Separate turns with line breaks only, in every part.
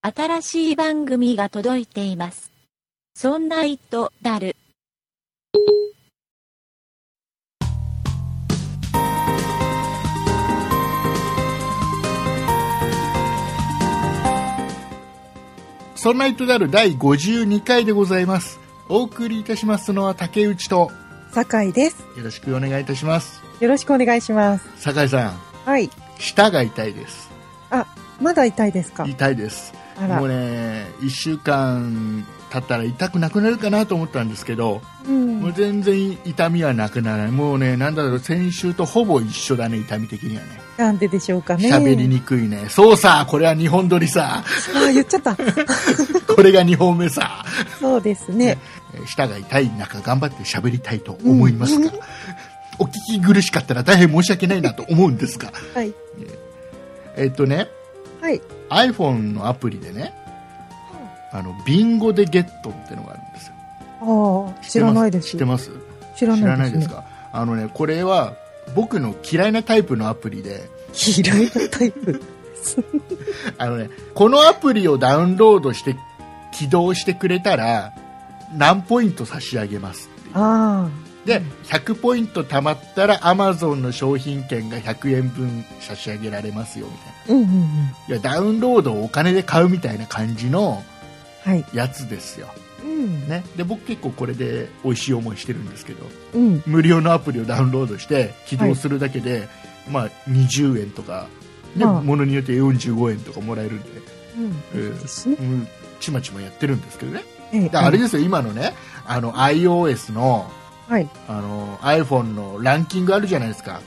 新しい番組が届いています。そんな糸だる。
そんな糸である第52回でございます。お送りいたしますのは竹内と、
酒井です。
よろしくお願いいたします。
よろしくお願いします。
酒井さん、
はい。
舌が痛いです。
まだ痛いですか
痛いです。
あら
もう。ね、1週間経ったら痛くなくなるかなと思ったんですけど、
うん
もう全然痛みはなくならない。もうね、なんだろう、先週とほぼ一緒だね、痛み的にはね。
なんででしょうかね。
喋りにくいね。そうさ、これは日本撮りさ。
ああ、言っちゃった。
これが2本目さ。
そうですね。
えー舌が痛い中頑張って喋りたいと思いますが、お聞き苦しかったら大変申し訳ないなと思うんですが、
はい。
えっとね、
はい。
iPhone のアプリでね、あの、ビンゴでゲットってのがあるんですよ。
ああ、知らないです。
知ってます
知ら
知ら
な
ない
い
で
ですす、
かあのね、これは僕の嫌いなタイプのアプリで、
ね。嫌いなタイプ。
あのね、このアプリをダウンロードして起動してくれたら、何ポイント差し上げますっていう
あ
で100ポイント貯まったらアマゾンの商品券が100円分差し上げられますよみたい
あ。うんうんうん。
ないやダウンロードをお金で買うみたいな感じの
はい。
やつですよ、
うん。
ね、で僕結構これで美味しい思いしてるんですけど
うん。
無料のアプリをダウンロードして起動するだけで、まあ、20円とか、ね
まあ
ものによって45円とかもらえるんで、う
う
ん
ん。ですね。
うん、ちまちまやってるんですけどね
ええ
であれですよ今のねあの iOS の
はい。
あの iPhone のランキングあるじゃないですか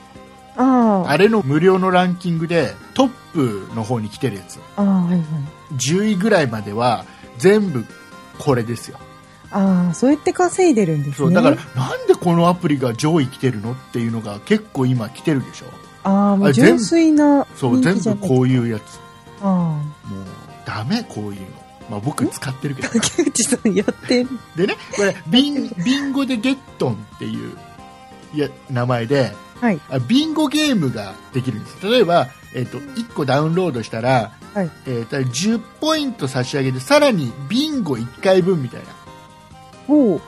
あ あ。
あれの無料のランキングでトップの方に来てるやつ
ああ、はいはい。
10位ぐらいまでは全部これですよ
ああ、そうやって稼いでるんです
そう
ね。
だから、なんでこのアプリが上位来てるのっていうのが結構今来てるでしょ
ああ、も
あれ
う純粋な
そ
人
う全
気じゃ
部
ない。
こういうやつ
あ
もうダメこういうの、まあ、僕使ってるけど
あ。竹内さんやってる。
でねこれビンビンゴでゲットンっていういや名前で
はい。
あビンゴゲームができるんです例えば、えっと1個ダウンロードしたら,、
はい
えーと10ポイント差し上げてさらにビンゴ1回分みたいな
おう。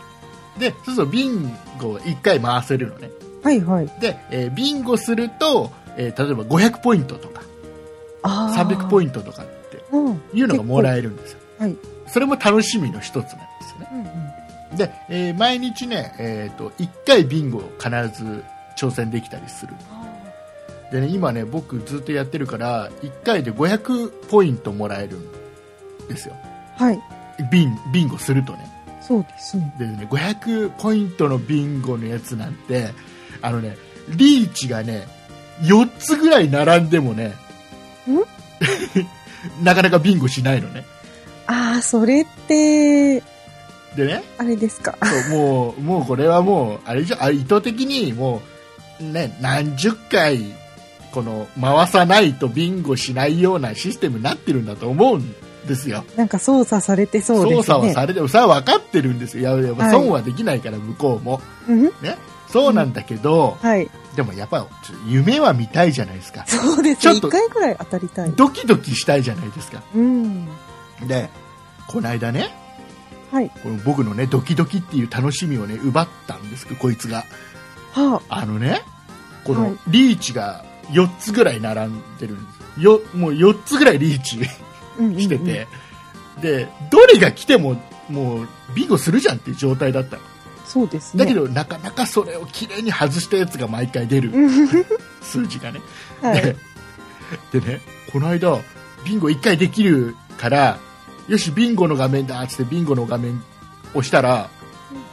でそうするとビンゴを1回回せるのね
はいはい。
で、えービンゴすると、えー例えば500ポイントとか
ああ。
300ポ
イン
イントとかって
ト。うん。
いうのがもらえるんですよ、
はい
それも楽しみの一つなんですよね
うんうん
で、えー毎日ね、えー、と1回ビンゴを必ず挑戦できたりするでね今ね僕ずっとやってるから1回で500ポイントもらえるんですよ
はい、
ビンビンゴするとね
そうですね。
でね500ポイントのビンゴのやつなんてあのねリーチがね4つぐらい並んでもね なかなかビンゴしないのね
ああ、それって、
でね
あれですか。
そうもうもうこれはもうあれじゃあ意図的にもうね何十回この回さないとビンゴしないようなシステムになってるんだと思うんですよ。
なんか操作されてそうで
操
すね。
作はされてもさ分かってるんですよ。やっぱ
はい
損はできないから向こうも
うん
そうなんだけど、
はい。
でもやっぱちょっと夢は見たいじゃないですか。
そうで
ち
す
ょ
ね。
っと
一回くらい当たりたい。
ドキドキしたいじゃないですか。
うん。
でこの間ね
はい。
この僕のねドキドキっていう楽しみをね奪ったんですけどこいつが。
は
あのね、こ
は
の
い
リーチが4つぐらい並んでるんですよ。もう4つぐらいリーチ
あ。うんうんうん
して。て、で、どれが来ても、もうビンゴするじゃんっていう状態だったの。
そうですね。
だけど、なかなかそれを綺麗に外したやつが毎回出る
うん、
数字がね。
はい。
で、でね、この間、ビンゴ1回できるから、よし、ビンゴの画面だっつってビンゴの画面押したら、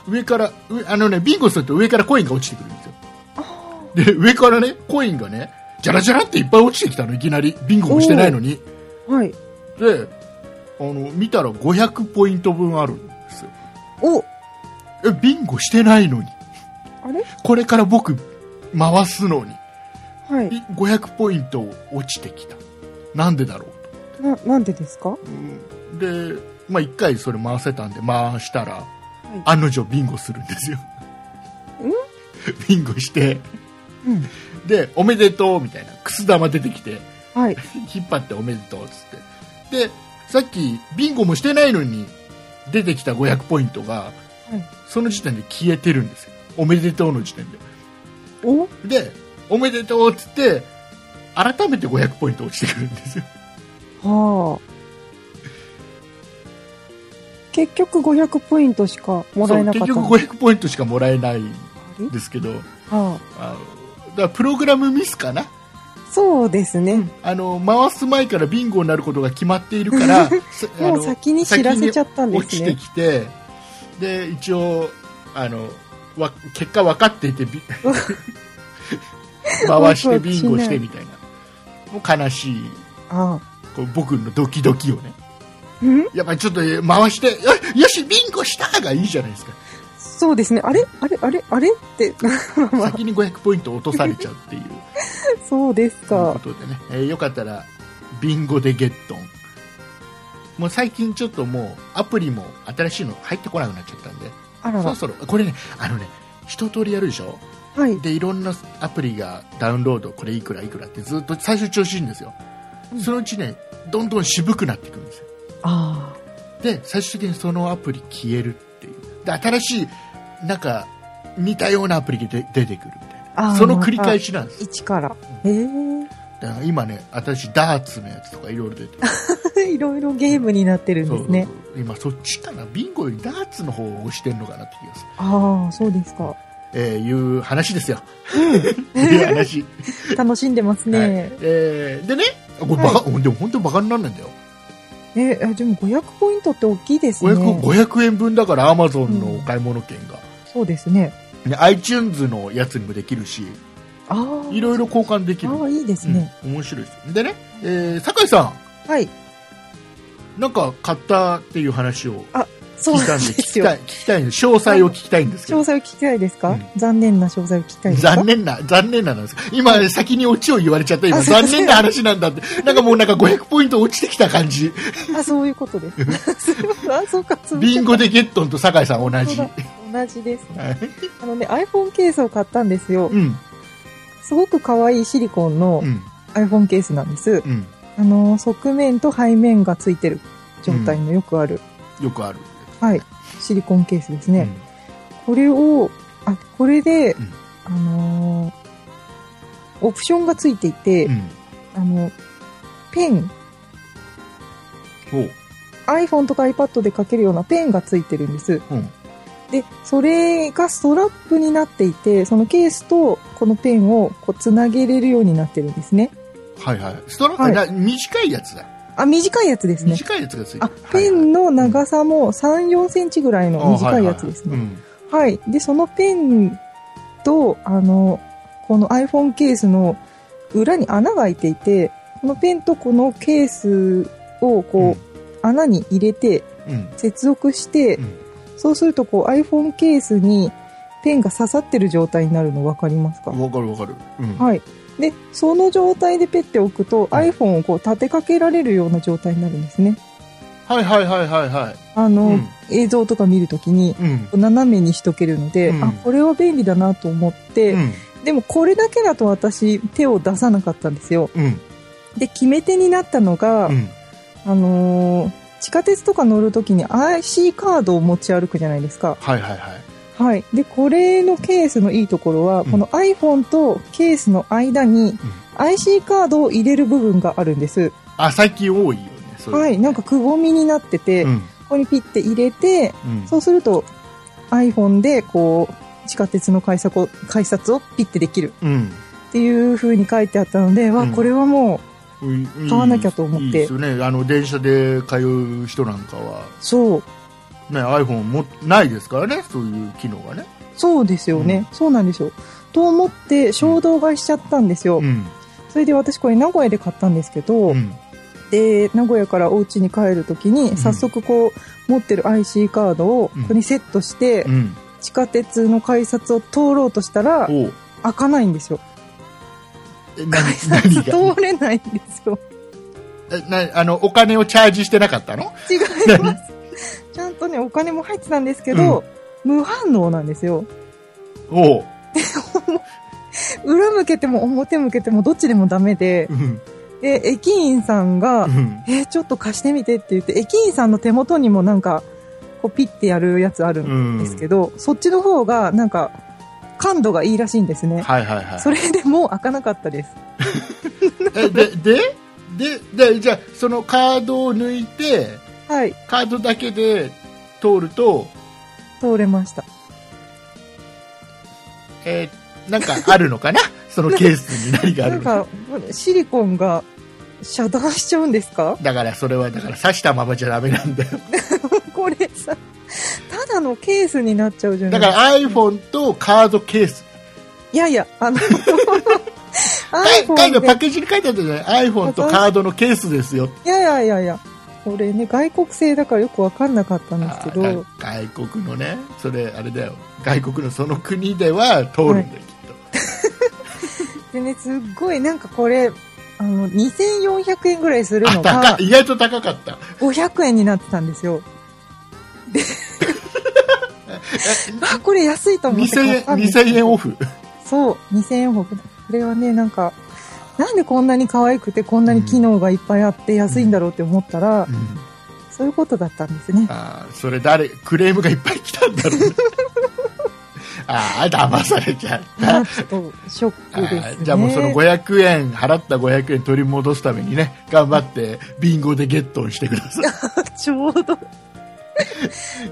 上から、上あのね、ビンゴすると上からコインが落ちてくるんですよ。
あ
で上からねコインがねじゃらじゃらっていっぱい落ちてきたのいきなりビンゴもしてないのに
ーはい。
であの見たら500ポイント分あるんですよ
お
えビンゴしてないのに
あれ
これから僕回すのに
はい。
い500ポイント落ちてきたなんでだろ
な、なんでですか
う、うんで、まあ、1回それ回せたんで回したら、
い
案の定ビンゴするんですよ ビンゴして
うん。
でおめでとうみたいなくす玉出てきて
はい。
引っ張っておめでとうっつってでさっきビンゴもしてないのに出てきた500ポイントが、
はい
その時点で消えてるんですよおめでとうの時点で
お
でおめでとうっつって改めて500ポイント落ちてくるんですよ
はあ。結局500ポイントしかもらえなかった
そう
の。
結局500ポイントしかもらえないんですけど
は
あのだからプログラムミスかな
あ、そうですね。
あの回す前からビンゴになることが決まっているから すあ
もう
の
先に知らせちゃったんで
落
す
ちて
ね。
きてで一応あのわ結果分かっていて び回してビンゴしてみたいなもう悲しい
あ
こう僕のドキドキをね
あ。ん
やっぱりちょっと回してよよしビンゴしたがいいじゃない ですか
そうですね。あれあれあれあれって。 まあ、
先に500ポイント落とされちゃうっていう
そうです
というこ
か。
とでね、えーよかったらビンゴでゲットンもう最近ちょっともうアプリも新しいの入ってこなくなっちゃったんで
あら
そ
ら
ろ。そろこれねあのね一通りやるでしょ
はい。
でいろんなアプリがダウンロードこれいくらいくらってずっと最初調子いいんですよ、
うん
そのうちねどんどん渋くなっていくんですよ
あ
で最終的にそのアプリ消えるっていうで新しいなんか似たようなアプリが出出てくるみたい
あ
な
ー
その繰り返しなんです
あ。一から。ええ
だから今ね私ダーツのやつとかいろいろ出てる
いろいろゲームになってるん
そ
で
うそう
す
そう
ね。
今そっちかなビンゴよりダーツの方を押してるのかなって気がする、
ああ、そうですか。
えーいう話ですよいう話
楽しんでます
はい
ね。
えーでね、これバカ、でも本当にバカになんないんだよ。
え、あでも500ポイントって大きいですね。
500, 500円分だから、アマゾンのお買い物券が、
そうですね。
ね iTunes のやつにもできるし、
ああ。
いろいろ交換できる。
ああ、いいですね。
うん面白いです。でね、えー酒井さ
はい。
ん、なんか買ったっていう話を
そう
聞い
な
たん
んで
で、聞
す
き
よ
た。い、聞きたいんです詳細を聞きたいんですけ
詳
ど。
細を聞きたいですか、
うん
残念な詳細を聞きたいですか
残念な、残念ななんです今、先にオチを言われちゃった。今、
あすいませ
残
ん
念な話なんだって。なんかもうなんか500ポイント落ちてきた感じ。
あ、そういうことです。すいませんあ、 そうか、そう
ビンゴ
で
でゲットンと酒井さん同じ。
同
は
じ。同じです、ね。
い
あのね、iPhone ケースを買ったんですよ。
うん、
すごく可愛いシリコンの
うん、
iPhone ケースなんです。
うん。
あの、側面と背面がついてる状態のよくある、
よくある。
はい、シリコンケースですね。これを、あ、これで、
うん
あのーオプションがついていて、
うん。うん。
あの、ペン、
ほう。
iPhone とか iPad で書けるようなペンがついてるんです。
うん。
で、それがストラップになっていて、そのケースとこのペンをこうつなげれるようになってるんですね。
はいはい。ストラップ、
はい
な短いやつだ。
あ、短いやつですね。
短いやつがついてる
あ、ペンの長さも3、4センチぐらいの短いやつですね。はい。で、そのペンと、あの、この iPhone ケースの裏に穴が開いていて、このペンとこのケースをこう、穴に入れて、
うん。うん。
接続して、
うん
そうするとこう iPhone ケースにペンが刺さってる状態になるの分かりますか、
わかるわかる。うん。
はい。で、その状態でペッて置くと、iPhone をこう立てかけられるような状態になるんですね。
はいはいはいはいはい。
あの、
うん
映像とか見るときに、
うん。
斜めにしとけるので、
うん
あ、これは便利だなと思って、
うん。
でもこれだけだと私手を出さなかったんですよ。
うん。
で、決め手になったのが、
うん。
あのー地下鉄とか乗るときに IC カードを持ち歩くじゃないですか。
はいはいはい。
はい。で、これのケースのいいところは、
うん
この iPhone とケースの間に IC カードを入れる部分があるんです。
あ、最近多いよね。そう
はい。なん
か。
かくぼみになってて、
う
こ
ん。
こにピッて入れて、
うん。
そうすると iPhone でこう、地下鉄の改札を、改札をピッてできる
うん。
っていう風に書いてあったので、
う
わ、
ん
これはも
買
買わなきゃと思って
いいですよね。あの、電車で通う人なんかは、
う、そう、
ね、iPhone もないですからね、そういう機能がね。
そうですよね。そうなんですよ。と思って衝動買いしちゃったんですよ。
うん。
それで私これ名古屋で買ったんですけど、
うん。
で、名古屋からお家に帰るとき
ん
に、早速こう、持ってる IC カードをここにセットして
う、ん。
地下鉄の改札を通ろうとしたら、
おう
開かないんですよ。
え、
改
何、
札
何が
通れないんですよ。
え、な、あの、お金をチャージしてなかったの
違います。ちゃんとね、お金も入ってたんですけど、無反応なんですよ。
おう。
裏向けても表向けてもどっちでもダメで、
うん。
で、駅員さんが
う、ん
えーちょっと貸してみてって言って、駅員さんの手元にもなんか、こうピッてやるやつあるん
うん
ですけど、そっちの方がなんか、感度がいいらしいんですね。
はいはいはい
それでもう開かなかったです。
えででででじゃあそのカードを抜いて
はい、
カードだけで通ると、
通れました。
えーなんかあるのかな そのケースに何があ
な
る
ん
のか
か、シリコンが遮断しちゃうんですか
だからそれはだから刺したままじゃダメなんだよ
これさ、ただのケースになっちゃうじゃな
だ
い
から iPhone とカードケース
いやいや、 あの、
書い
iPhone
てパ
で
ッ、ケージに書いてあったじゃない iPhone とカードのケースですよ
いやいやいやいや、これね、外国製だからよくわかんなかったんですけ
あ
ど
ー、外国のねそれあれだよ外国のその国では通るんだよ、きっと
でね、すっごいなんかこれ、あの、2400円ぐらいする
あ
の
高
が
い、意外と高かった
500円になってたんですよ。あ、これ安いと思っ
2000
て買
円
ったんです
2000円オフ
そう、2000円オフ。これはね、なんか、なんでこんなに可愛くて、こんなに機能がいっぱいあって安いんだろうって思ったら、そういうことだったんで すね。
あーそれ誰クレームがいっぱい来たんだろうね ああ騙されちゃった
あーちょっとショック
あ
です
ー
ね。
じゃあもうその500円払った500円取り戻すためにね頑張ってビンゴでゲットをしてください
ちょうど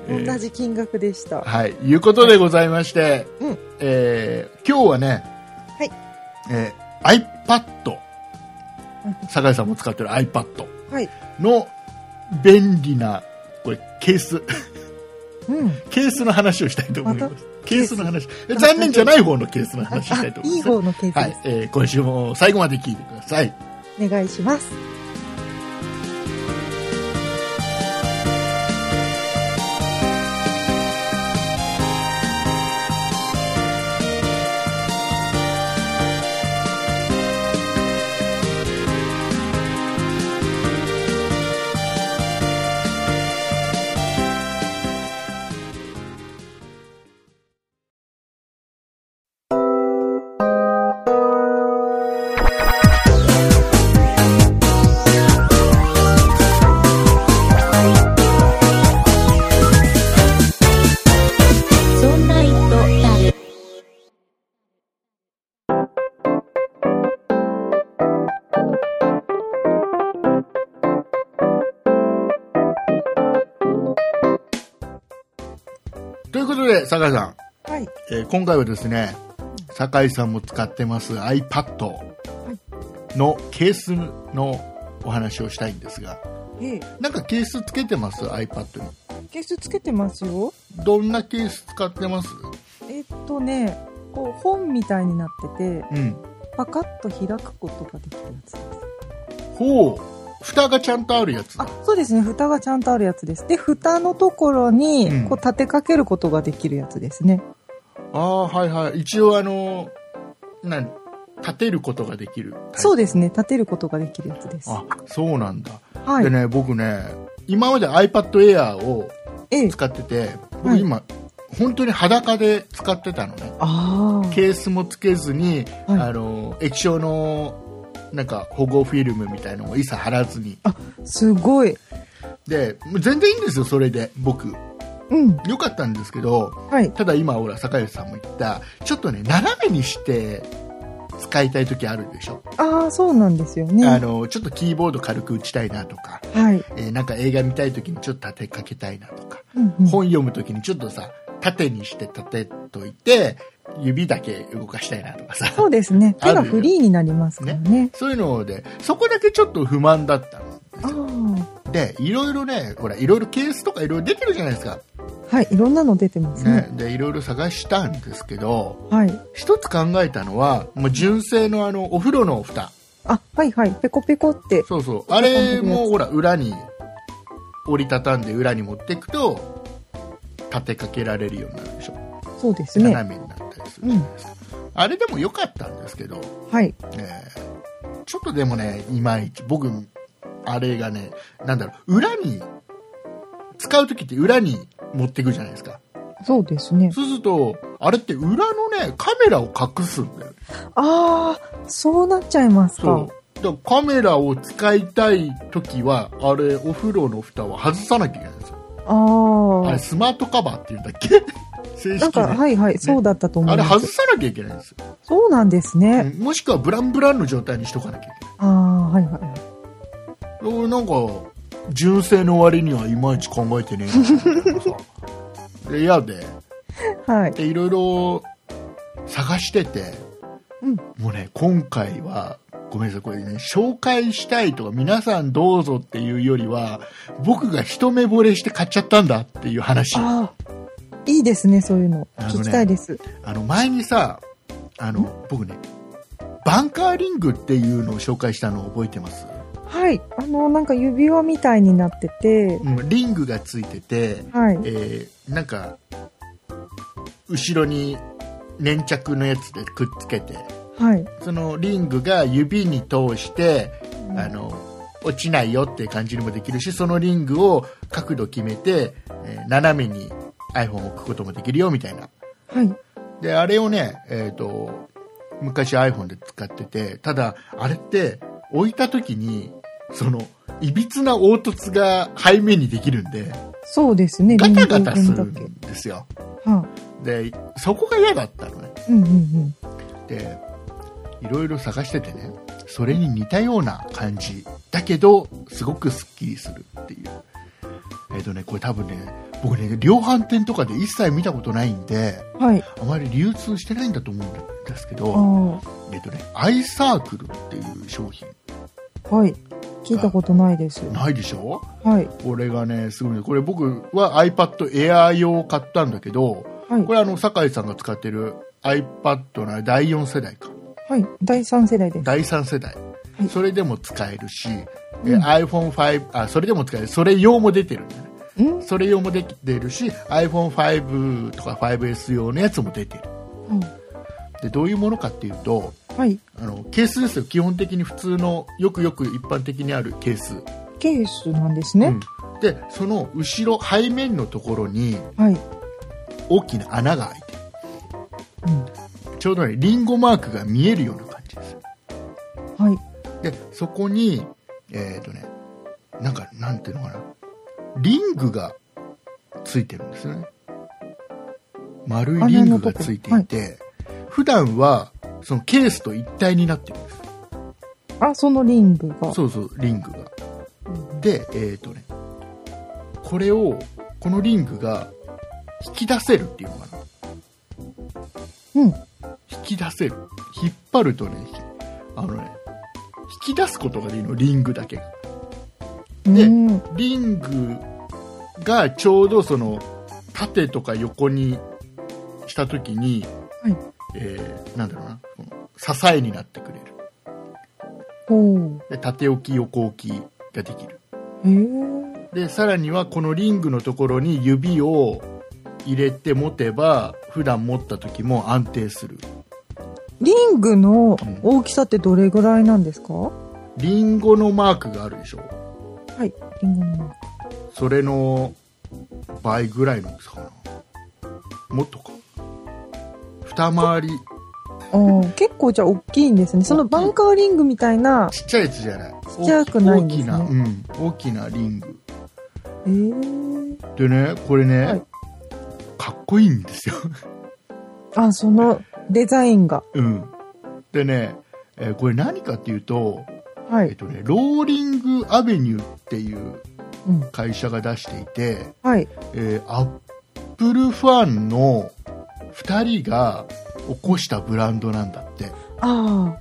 えー
同じ金額でした。
はいいうことでございまして、
うん
えー今日はね、
はい
えー iPad 酒井さんも使ってる iPad
はい。
の便利なこれケース
うん。
ケースの話をしたいと思いま。
ます
ケースの話。残念じゃない方のケースの話をしたいと
あ
思
い
いま
い
す。
方のケース
は
で
い、えー今週も最後まで聞いてください。
す。お願いします。
そんな糸だる、
ということで、酒井さん、
はい。
えー今回はですね、酒井さんも使ってます iPad のケースのお話をしたいんですが、
ええ、
なんかケースつけてます ?iPad に。
ケースつけてますよ。
どんなケース使ってます
えっとね、こう本みたいになってて、
うん。
パカッと開くことができたやつです。
ほう。蓋がちゃんとあるやつ。
あ、そうですね。蓋がちゃんとあるやつです。で、蓋のところに
うん、
こう立てかけることができるやつですね。
ああ、はいはい。一応あの、何立てることができる。
そうですね。立てることができるやつです。
あそうなんだ、
は
で
い。
ね僕ね今まで iPad Air を
ええ。
使ってて
は
僕
い
今、本当に裸で使ってたのね
ああ。
ケースもつけずに、
はい
あの液晶のなんか保護フィルムみたいのも一切貼らずに
すごい。
でもう全然いいんですよそれで僕
うん。
良かったんですけど
はい。
ただ今ほら坂井さんも言ったちょっとね斜めにして使いたい時あるでしょ、
ああ、そうなんですよね。
あ
は
のちょっとキーボード軽く打ちたいなとか、
い。
えーなんか映画見たい時にちょっと立てかけたいなとか
うんうん
本読むときにちょっとさ縦にして立てといて指だけ動かしたいなとかさ
そうですね。
あるよ
手がフリーになりますからね。
そういうのでそこだけちょっと不満だったの
ああ。
でいろいろねほらいろいろケースとかいろいろ出てるじゃないですか、
はい。いろんなの出てます
ね
ね。
でいろいろ探したんですけど
はい。
一つ考えたのはもう純正のあのお風呂の蓋
あ、はいはい。ペコペコって。
そうそうあれもほら裏に折りたたんで裏に持っていくと立てかけられるようになるでしょ
そうですね。
斜めになったりするじゃないですか、あれでも良かったんですけど
はい。
えーちょっとでもね、いまいち、僕、あれがね、なんだろう、裏に、使うときって裏に持っていくじゃないですか。
そうですね。
そうすると、あれって裏のね、カメラを隠すんだよね。
ああ、そうなっちゃいますか。
う。だからカメラを使いたい時はあれお風呂の蓋は外さなきゃいけないんですよ
あ
あれ
あ。
スマートカバーっていうんだっけ正
なん
式
か、
に
はいはい、そうだったと思
あ
い
れ
ま
外
す。
さなきゃいけないんですよ
そうなんですね。
うんもしくはブランブランの状態にしとかなきゃいけ
ああ、はいはい。
ない俺なんか純正の割にはいまいち考えてねえなみたいな さで嫌で
はい。
でいろいろ探してて、
うん
もうね今回はごめんなさいこれね紹介したいとか皆さんどうぞっていうよりは僕が一目惚れして買っちゃったんだっていう話あ
ああ。いいですね、そういうの。
あのね
聞きたいです。
の前にさあの僕ねバンカーリングっていうのを紹介したのを覚えてます、
はい。あの、なんか指輪みたいになってて、
うん、リングがついてて、
はい。
えーなんか後ろに粘着のやつでくっつけて
はい。
そのリングが指に通してあの落ちないよっていう感じにもできるしそのリングを角度決めて、えー斜めに iPhone を置くこともできるよみたいな
はい。
であれをね、えー、と昔 iPhone で使っててただあれって置いた時にそのいびつな凹凸が背面にできるんで
そうですね、
ガタガタ
リン
す
ゴ
る
分だけ
んですよ
は
でそこが嫌だったのね
い。うんうんうん。
でいろいろ探しててねそれに似たような感じだけどすごくすっきりするっていうえっ、とねこれ多分ね僕ね量販店とかで一切見たことないんで
はい。
あまり流通してないんだと思うんですけ
あ
ど
あ。
えっ、とねアイサークルっていう商品
はい。聞いたことないです。
ないでしょ
はい。
これがねすごいねこれ僕は iPad Air 用を買ったんだけど
はい
こ。れあの酒井さんが使ってる iPad の第4世代か
はい。第三世代です。
第3世代、
はい
それでも使えるし、
うん
iPhone5 あそれでも使えるそれ用も出てるんだね
うん。
それ用も出てるし iPhone5 とか 5S 用のやつも出てるでどういうものかっていうと
はい。
あのケースですよ基本的に普通のよくよく一般的にあるケース、
ケースなんですね。
うんでその後ろ背面のところに
はい。
大きな穴が開いてる
うん。
ちょうどねリンゴマークが見えるような感じです
はい。
でそこにえっ、とねなんかなんていうのかなリングがついてるんですよね丸いリングがついていて、普段はそのケースと一体になってるんです
あ、そのリングが。
そうそうリングが
うん
でえっ、とねこれをこのリングが引き出せるっていうのかな
うん。
引き出せる引っ張るとねひあのね引き出すことができるのリングだけがで
うん
リングがちょうどその縦とか横にした時に、
はい
えーなんだろうなこの支えになってくれる
ほう。
で縦置き横置きができる
へえ。
でさらにはこのリングのところに指を入れて持てば普段持った時も安定する
リングの大きさってどれぐらいなんですか、は
リンゴのマークがあるでしょ
い。リンゴの。
それの倍ぐらいの大きさかなもっとか二回り
ああ、結構じゃあ大きいんですね。そのバンカーリングみたいな。
ちっちゃいやつじゃない。
っちゃくないんですね
大きな、うん、大きなリング。
え
で
え。
ね、これね、
はい
かっこいいんですよ。
あ、そのデザインが。
うん。でね、えーこれ何かっていうと、
は
えっ
い。
とね、ローリングアベニューっていう
うん。
会社が出していて、
はい。
えーアップルファンの2人が起こしたブランドなんだって。
ああ。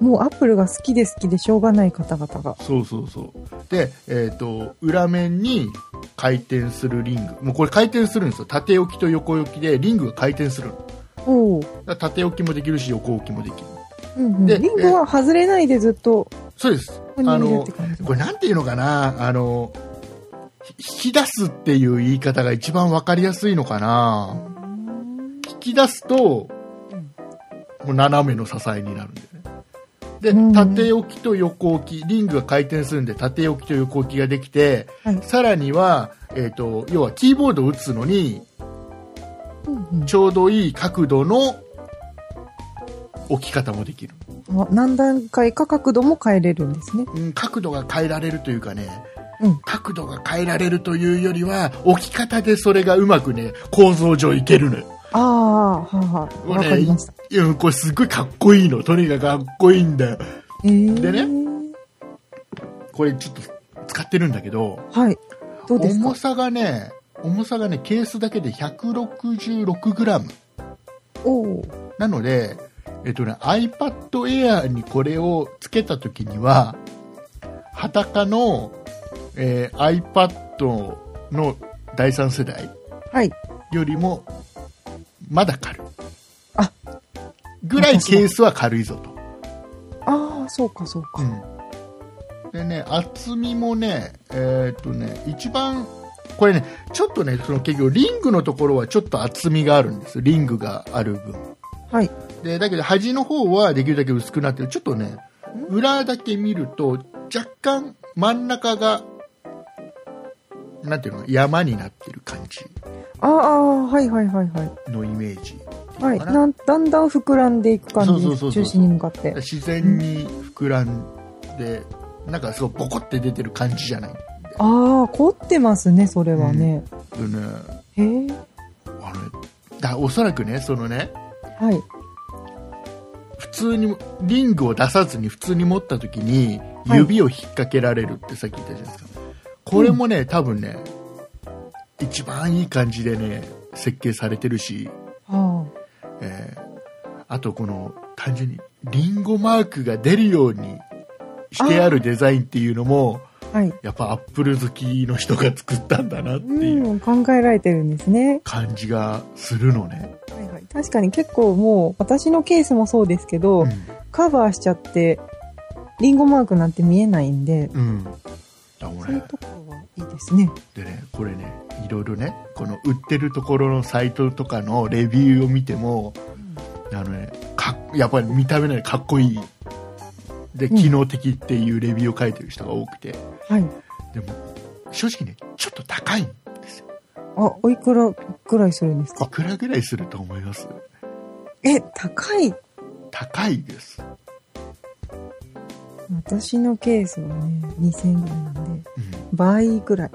もうアップルが好きで好きでしょうがない方々が。
そうそうそうで、えー、と裏面に回転するリングもうこれ回転するんですよ縦置きと横置きでリングが回転するのだか
ほう。
ら縦置きもできるし横置きもできる
うんうん、
で
リングは外れないでずっと
そうです
こ
あ
こにいるっ
の
て感じ。
これなんていうのかなあのひ引き出すっていう言い方が一番わかりやすいのかな引き出すと、
うん
もう斜めの支えになるんだよねで、
うん
縦置きと横置きリングが回転するんで縦置きと横置きができて、
はい
さらには、えー、と要はキーボードを打つのに
うんうん
ちょうどいい角度の置き方もできる
あ何段階か角度も変えれるんですね。
うん、角度が変えられるというかね、
うん
角度が変えられるというよりは置き方でそれがうまくね構造上いけるのよ
ああ、はあはあ、
こ
わ
れ
かりました。
いやこれすっごいかっこいいのとにかくかっこいいんだよ
えー、
でねこれちょっと使ってるんだけど
はい。どうですか
重さがね重さがねケースだけで 166g
おお。
なのでえっとね iPad Air にこれをつけた時には裸の、えー iPad の第3世代
はい。
よりもまだ軽い
あ
ぐらいケースは軽いぞと、
ああ、そうかそうか。
でね厚みもねえーっとね一番これねちょっとねその結局リングのところはちょっと厚みがあるんですリングがある分
はい。
でだけど端の方はできるだけ薄くなってるちょっとね裏だけ見ると若干真ん中がなんていうの山になってる感じ
ああ、はいはいはいはい。
のイメージっていうのか
はい。
な
なんだんだん膨らんでいく感
そう
じ
そう
で
そう
す。
そう
中心に向かって。
自然に膨らんで、なんかすごいボコって出てる感じじゃないんで、
ああ、凝ってますね、それはね。
ね、
へえ。
あのだおそらくねそのね
はい。
普通にリングを出さずに普通に持った時に指を引っ掛けられるってさっき言ったじゃないですか、これもね多分ね一番いい感じでね設計されてるし、
あ
えーあとこの単純にリンゴマークが出るようにしてあるデザインっていうのも
あ。はい。
やっぱアップル好きの人が作ったんだなっていう
うん、考えられてるんですね。
感じがするのね。
はいはい。確かに結構もう、私のケースもそうですけど、
うん
カバーしちゃって、リンゴマークなんて見えないんで、
うん。だも
そ
ん
ういう
ね。
ところはいいですね。
でね、これね、いろいろね、この売ってるところのサイトとかのレビューを見ても、あのね、かっやっぱり見た目ね、かっこいい。で、
うん
機能的っていうレビューを書いてる人が多くて。
はい。
でも、正直ね、ちょっと高い。い
あ、おいくらぐらいするんですか
くらぐらいすると思います
え、高い
高いです。
私のケースはね、2000円ぐらいなんで、
うん。
倍くらい。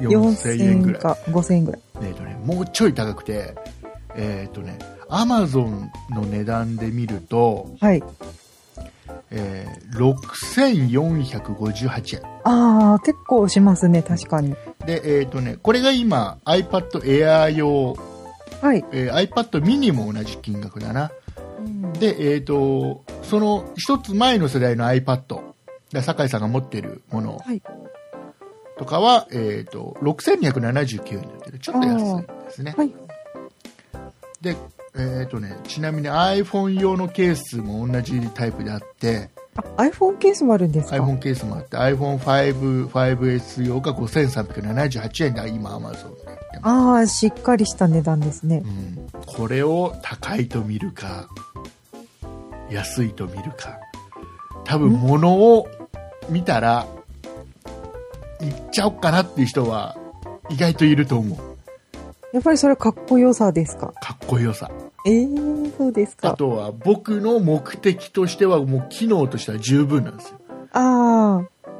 4000円ぐらい。
か5000円ぐらい。
えーとね、もうちょい高くて、えっ、とね、アマゾンの値段で見ると、
はい。
えー6458円。
ああ、結構しますね、確かに。
で、えっ、とね、これが今 iPad Air 用、
はい。
えー iPad mini も同じ金額だな。で、えっ、と、その一つ前の世代の iPad、だ酒井さんが持ってるもの
はい。
とかは、えっ、と、6279円になってる。ちょっと安いですね。
はい。
で、えーとね、ちなみに iPhone 用のケースも同じタイプであって
あ、iPhone ケースもあるんですか
iPhone ケースもあって iPhone5、5S 用が5378円で今 Amazon でやってます、
ああ、しっかりした値段ですね
う。ん、これを高いと見るか安いと見るか多分物を見たら行っちゃおっかなっていう人は意外といると思う
やっぱりそれかっこよさですか
かっこよさ
ええー、そうです
あ
か。
とは僕の目的としてはもう機能としては十分なんですよ
ああ、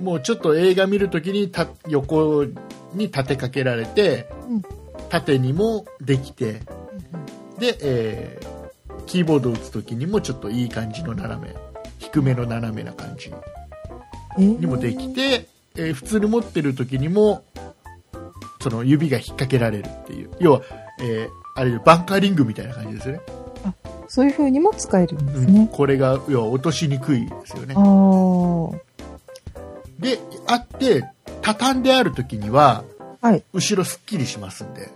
もうちょっと映画見るときにた横に立てかけられて、
うん
縦にもできてで、えーキーボードを打つときにもちょっといい感じの斜め低めの斜めな感じ
えー
にもできて、えー普通に持ってるときにもその指が引っ掛けられるっていう要は、えーあれバンカーリングみたいな感じですよね、
そういう風にも使えるんです
うん
ね。
これが要は落としにくいですよね
あ
であって畳んであるときには
あ、はい。
後ろすっきりしますんで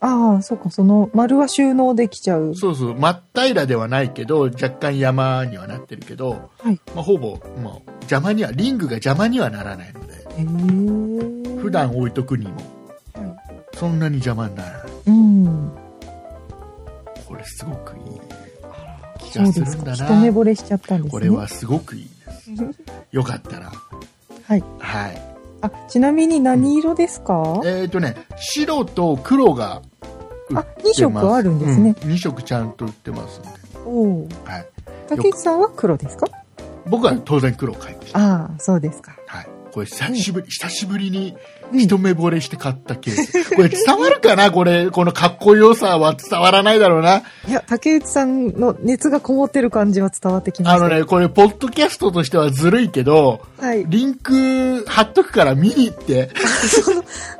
ああ、そうか、その丸は収納できちゃう。
そうそう、真っ平らではないけど、若干山にはなってるけど、
はい。
まあ、ほぼ、まあ、邪魔には、リングが邪魔にはならないので、
えー、
普、段置いとくにも、
は
そんなに邪魔にならない。
い、うん。
これすごくいい気
そう
が
です
る
す
ん
か。
だ
一
な。
目惚れしちゃったんです
こ
ね。
れはすごくいいです。よかったら。
はい。
はい。
あ、ちなみに何色ですか、
えっ、ー、とね、白と黒が売
あ
っ、
2
てます
色あるんですね。
うん、2色ちゃんと売ってますんで、
おお。
はい、
竹内さんは黒ですか
僕は当然黒を買いました、
ああ、そうですか。
はい、これ久しぶり、久しぶりに
うん
一目惚れして買ったケース、これ伝わるかなこれこのかっこよさは伝わらないだろうない
や、竹内さんの熱がこもってる感じは伝わってきま
あ
した。
のねこれポッドキャストとしてはずるいけど
はい。
リンク貼っとくから見に行って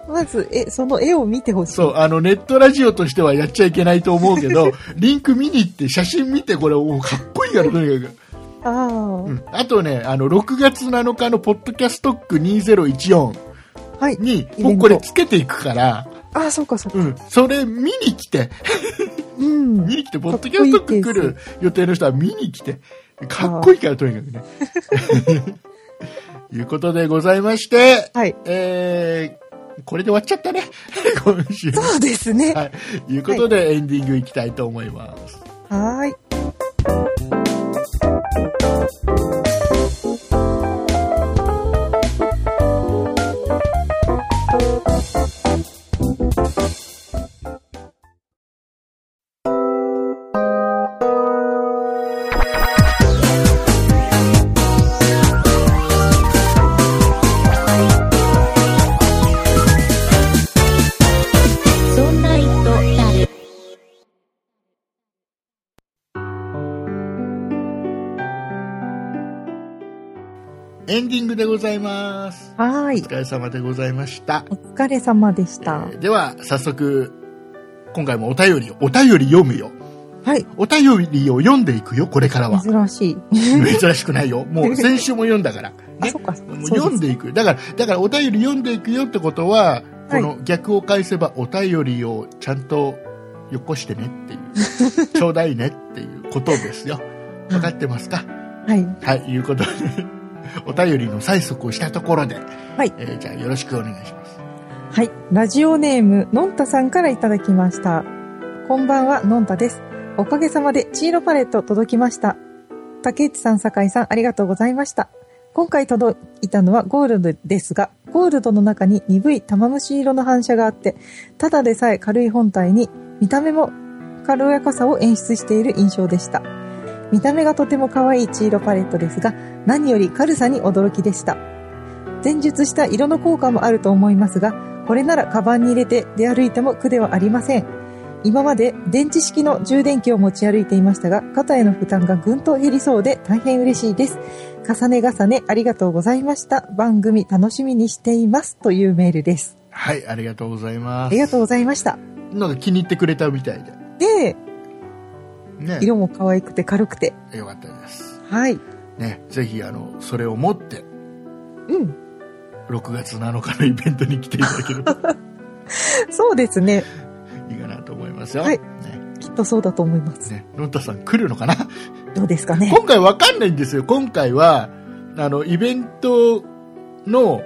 まず、え、その絵を見てほしい。
そう、あの、ネットラジオとしてはやっちゃいけないと思うけ ど、リンク見に行って、写真見て、これ、おかっこいいから、とにかく。
ああ、
うん。あとね、あの、6月7日のポッドキャストック2014
はい。
に、
ト
もうこれつけていくから、
ああ、そうか、そうか。
うん。それ見に来て、
うん。
見に来て、ポッドキャストック来る予定の人は見に来て、かっこいいから、とにかくね。 いうことでございまして、
はい。
えー、これで終わっちゃったね。今週。
そうですね。は
はい。いうことで、エンディングいきたいと思います。
ーい。
そんな糸だる。
エンディングでございます。
はー
お
い
疲。れ様でございました。
お疲れ様でした。
では、早速、今回もお便り、お便り読むよ。
はい。
お便りを読んでいくよ、これから は。
珍しい。
珍しくないよ。もう先週も読んだから。
あ、
ね
そ。うか。そ
も
う
う
です
読んでいく。だから、だからお便り読んでいくよってことは、この逆を返せばお便りをちゃんとよこしてねってい う、ちょうだいねっていうことですよ。わかってますか
はい。
はい、いうことで、お便りの催促をしたところで、
い
えーじゃあよろしくお願いします。
はい。ラジオネーム、のんたさんからいただきました。こんばんは、のんたです。おかげさまで、チーロパレット届きました。竹内さん、酒井さん、ありがとうございました。今回届いたのはゴールドですが、ゴールドの中に鈍い玉虫色の反射があって、ただでさえ軽い本体に、見た目も軽やかさを演出している印象でした。見た目がとても可愛いチーロパレットですが、何より軽さに驚きでした。前述した色の効果もあると思いますが、これならカバンに入れて出歩いても苦ではありません。今まで電池式の充電器を持ち歩いていましたが、肩への負担がぐんと減りそうで大変嬉しいです。重ね重ねありがとうございました。番組楽しみにしています。というメールです。
はい、ありがとうござい
あ
ま
り
す。
がとうございました。
なんか気に入ってくれたみたいで。
で、
ね。
色も可愛くて軽くて。
よかったです。
はい。
ね。ぜひ、あの、それを持って、
うん。
6月7日のイベントに来ていただければ
そうですね。
いいかなと思いますよ。
はい
ね。
きっとそうだと思います。
ね。のんたさん来るのかな
どうですかね。
今回わかんないんですよ。今回は、あの、イベントの、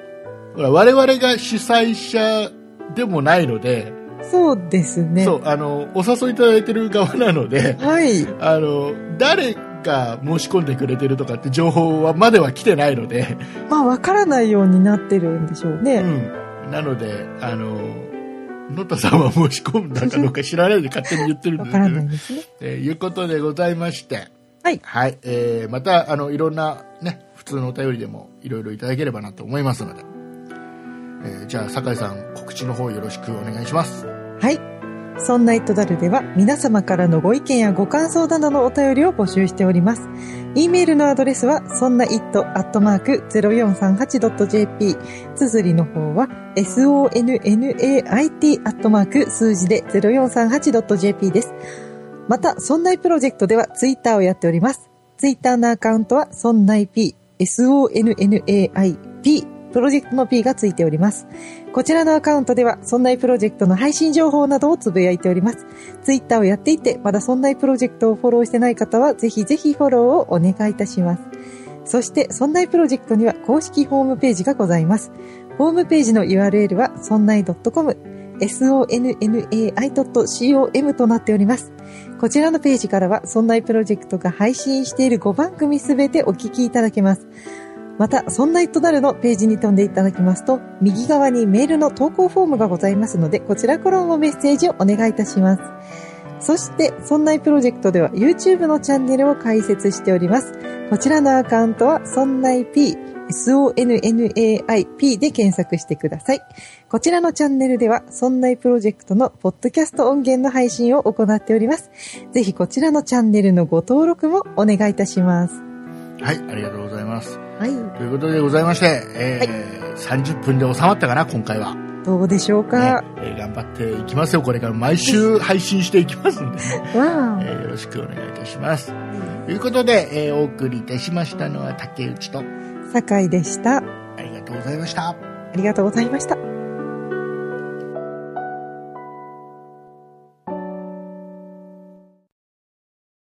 ほら我々が主催者でもないので、
そうですね。
そう、あの、お誘いいただいてる側なので、
はい。
あの、誰が申し込んでくれてるとかって情報はまでは来てないので、
まあ、わからないようになってるんでしょう
う
ね。
ん。なので、あの、野田さんは申し込んだかどうか知らないで勝手に言ってるん
わ、
です
か
け
ら
ど、
ない
ね、
ですね。
ということでございまして、
はい
はい、えー、また、あの、いろんなね、普通のお便りでもいろいろいただければなと思いますので、えーじゃあ、酒井さん、告知の方よろしくお願いします。
はい。そんなイットダルでは皆様からのご意見やご感想などのお便りを募集しております。e メールのアドレスは、そんな it.0438.jp。綴りの方は、sonnait. 数字で 0438.jp です。また、そんないプロジェクトではツイッターをやっております。ツイッターのアカウントは、そんない p、sonnaip、プロジェクトの p がついております。こちらのアカウントでは、そんないプロジェクトの配信情報などをつぶやいております。ツイッターをやっていて、まだそんないプロジェクトをフォローしてない方は、ぜひぜひフォローをお願いいたします。そして、そんないプロジェクトには公式ホームページがございます。ホームページの URL は、そんない .com、sonnai.com となっております。こちらのページからは、そんないプロジェクトが配信している5番組すべてお聞きいただけます。また、そんな糸だるのページに飛んでいただきますと、右側にメールの投稿フォームがございますので、こちらからもメッセージをお願いいたします。そして、そんないプロジェクトでは YouTube のチャンネルを開設しております。こちらのアカウントは、そんない P、sonnaip で検索してください。こちらのチャンネルでは、そんないプロジェクトのポッドキャスト音源の配信を行っております。ぜひこちらのチャンネルのご登録もお願いいたします。
はい、ありがとうございます。
はい。
ということでございまして、えー30分で収まったかな、今回は。
どうでしょうか、
ねえー頑張っていきますよ、これから毎週配信していきますんで、
わ
えーよろしくお願いいたします。ということで、えーお送りいたしましたのは竹内と、
あ。酒井でした。
ありがとうございました。
ありがとうございました。